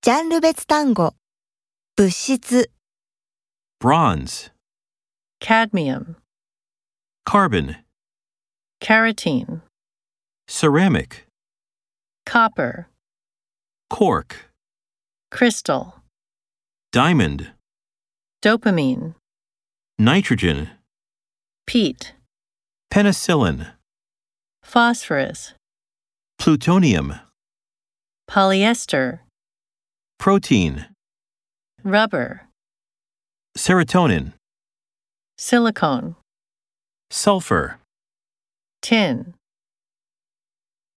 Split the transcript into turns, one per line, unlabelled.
ジャンル別単語、物質、
bronze,
cadmium,
carbon,
carotene,
ceramic,
copper,
cork,
crystal,
diamond,
dopamine,
nitrogen,
peat,
penicillin,
phosphorus,
plutonium,
polyester,
protein,
rubber,
serotonin,
silicone,
sulfur.
tin.